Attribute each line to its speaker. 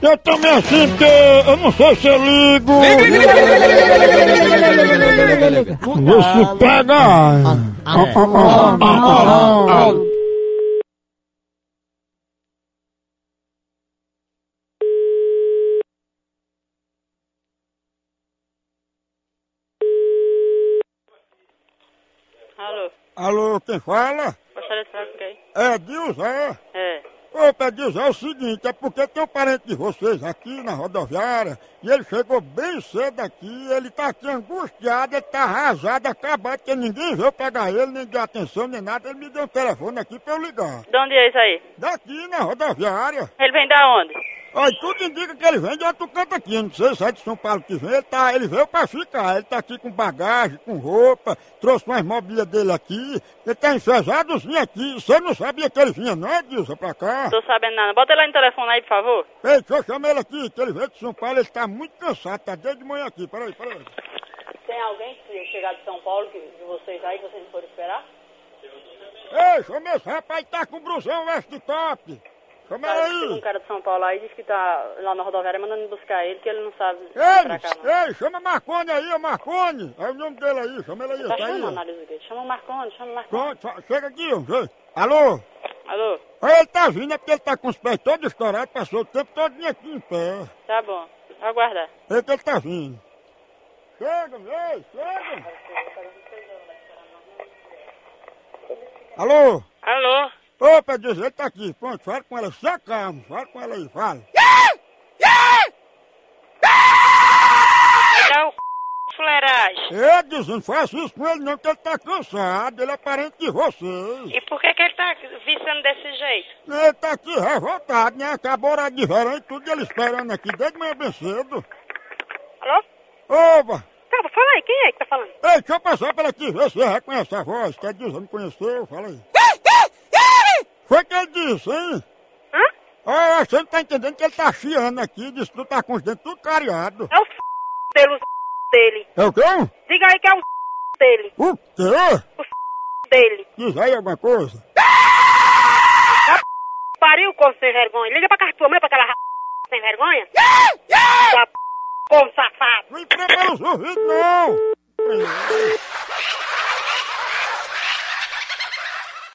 Speaker 1: que eu também assim, porque eu não sei se eu ligo. Vou se pegar. Ah, ah, ah, ah, ah.
Speaker 2: Alô,
Speaker 1: Alô, quem fala?
Speaker 2: gostaria de falar com quem?
Speaker 1: É Dilzé.
Speaker 2: É.
Speaker 1: Ô, Pedro, é o seguinte, é porque tem um parente de vocês aqui na rodoviária e ele chegou bem cedo aqui, ele tá aqui angustiado, ele tá arrasado, acabado, porque ninguém veio pegar ele, nem deu atenção, nem nada, ele me deu um telefone aqui pra eu ligar.
Speaker 2: De onde é isso aí?
Speaker 1: Daqui na rodoviária.
Speaker 2: Ele vem da onde?
Speaker 1: Olha, tudo indica que ele vem de outro canto aqui, não sei se é de São Paulo que vem, ele, tá, ele veio pra ficar, ele tá aqui com bagagem, com roupa, trouxe umas mobílias dele aqui, ele tá enfezadozinho aqui, você não sabia que ele vinha não, é, Dilson, pra cá?
Speaker 2: Tô sabendo nada. Bota ele aí no telefone aí, por favor.
Speaker 1: Ei, deixa eu chamar ele aqui, que ele veio de São Paulo, ele tá muito cansado, tá desde de manhã aqui, peraí, peraí.
Speaker 2: Tem alguém que podia chegar de São Paulo, que, de vocês aí, que vocês não foram esperar?
Speaker 1: Ei, chama esse rapaz, tá com brusão veste top. Chama
Speaker 2: Cara, chega um
Speaker 1: ele aí.
Speaker 2: cara de São Paulo aí, diz que tá lá na rodoviária mandando buscar ele, que ele não sabe vir pra cá, não.
Speaker 1: Ei, ei, chama Marcone aí, ó, Marcone. É o nome dele aí, chama ele aí,
Speaker 2: Tá
Speaker 1: tá aí.
Speaker 2: chamando,
Speaker 1: ó.
Speaker 2: análise do quê? Chama o Marconi, chama o Marconi.
Speaker 1: Pronto, fa- chega aqui, ó, vem. Alô?
Speaker 2: Alô,
Speaker 1: Olha, ele tá vindo, é porque ele tá com os pés todos estourados, passou o tempo todinho aqui em pé.
Speaker 2: tá bom. Vou aguardar.
Speaker 1: É que ele tá vindo. Chega, ei, chega. Alô?
Speaker 2: Alô?
Speaker 1: Ô, Pedro, ele tá aqui. Pronto, fala com ela. Se acalma, fala com ela aí, fala.
Speaker 2: Dá É o c... fuleiragem.
Speaker 1: Eu disse, não faça isso com ele não, que ele tá cansado, ele é parente de vocês.
Speaker 2: E por que que ele tá viçando desse jeito?
Speaker 1: Ele tá aqui revoltado, né? Acabou a hora de verão e tudo, ele esperando aqui desde manhã bem cedo.
Speaker 2: Alô?
Speaker 1: Oba!
Speaker 2: Tá, fala aí, quem é que tá falando?
Speaker 1: Ei, deixa eu passar pela aqui, ver se você reconhece a voz. Tá dizendo, não conheceu? Fala aí. Foi o que ele disse, hein?
Speaker 2: Hã?
Speaker 1: Ó, eu acho que você não tá entendendo que ele tá chiando aqui, disse que tu tá com os dentes tudo cariado.
Speaker 2: É o f... dele, o f... dele.
Speaker 1: É o quê?
Speaker 2: Diga aí que é o f... dele,
Speaker 1: O quê?
Speaker 2: dele.
Speaker 1: Diz aí alguma coisa.
Speaker 2: Pariu, corno sem vergonha. Liga pra casa da tua mãe pra aquela r... sem vergonha. Sua p... corno safado.
Speaker 1: Não emprega os ouvidos, não!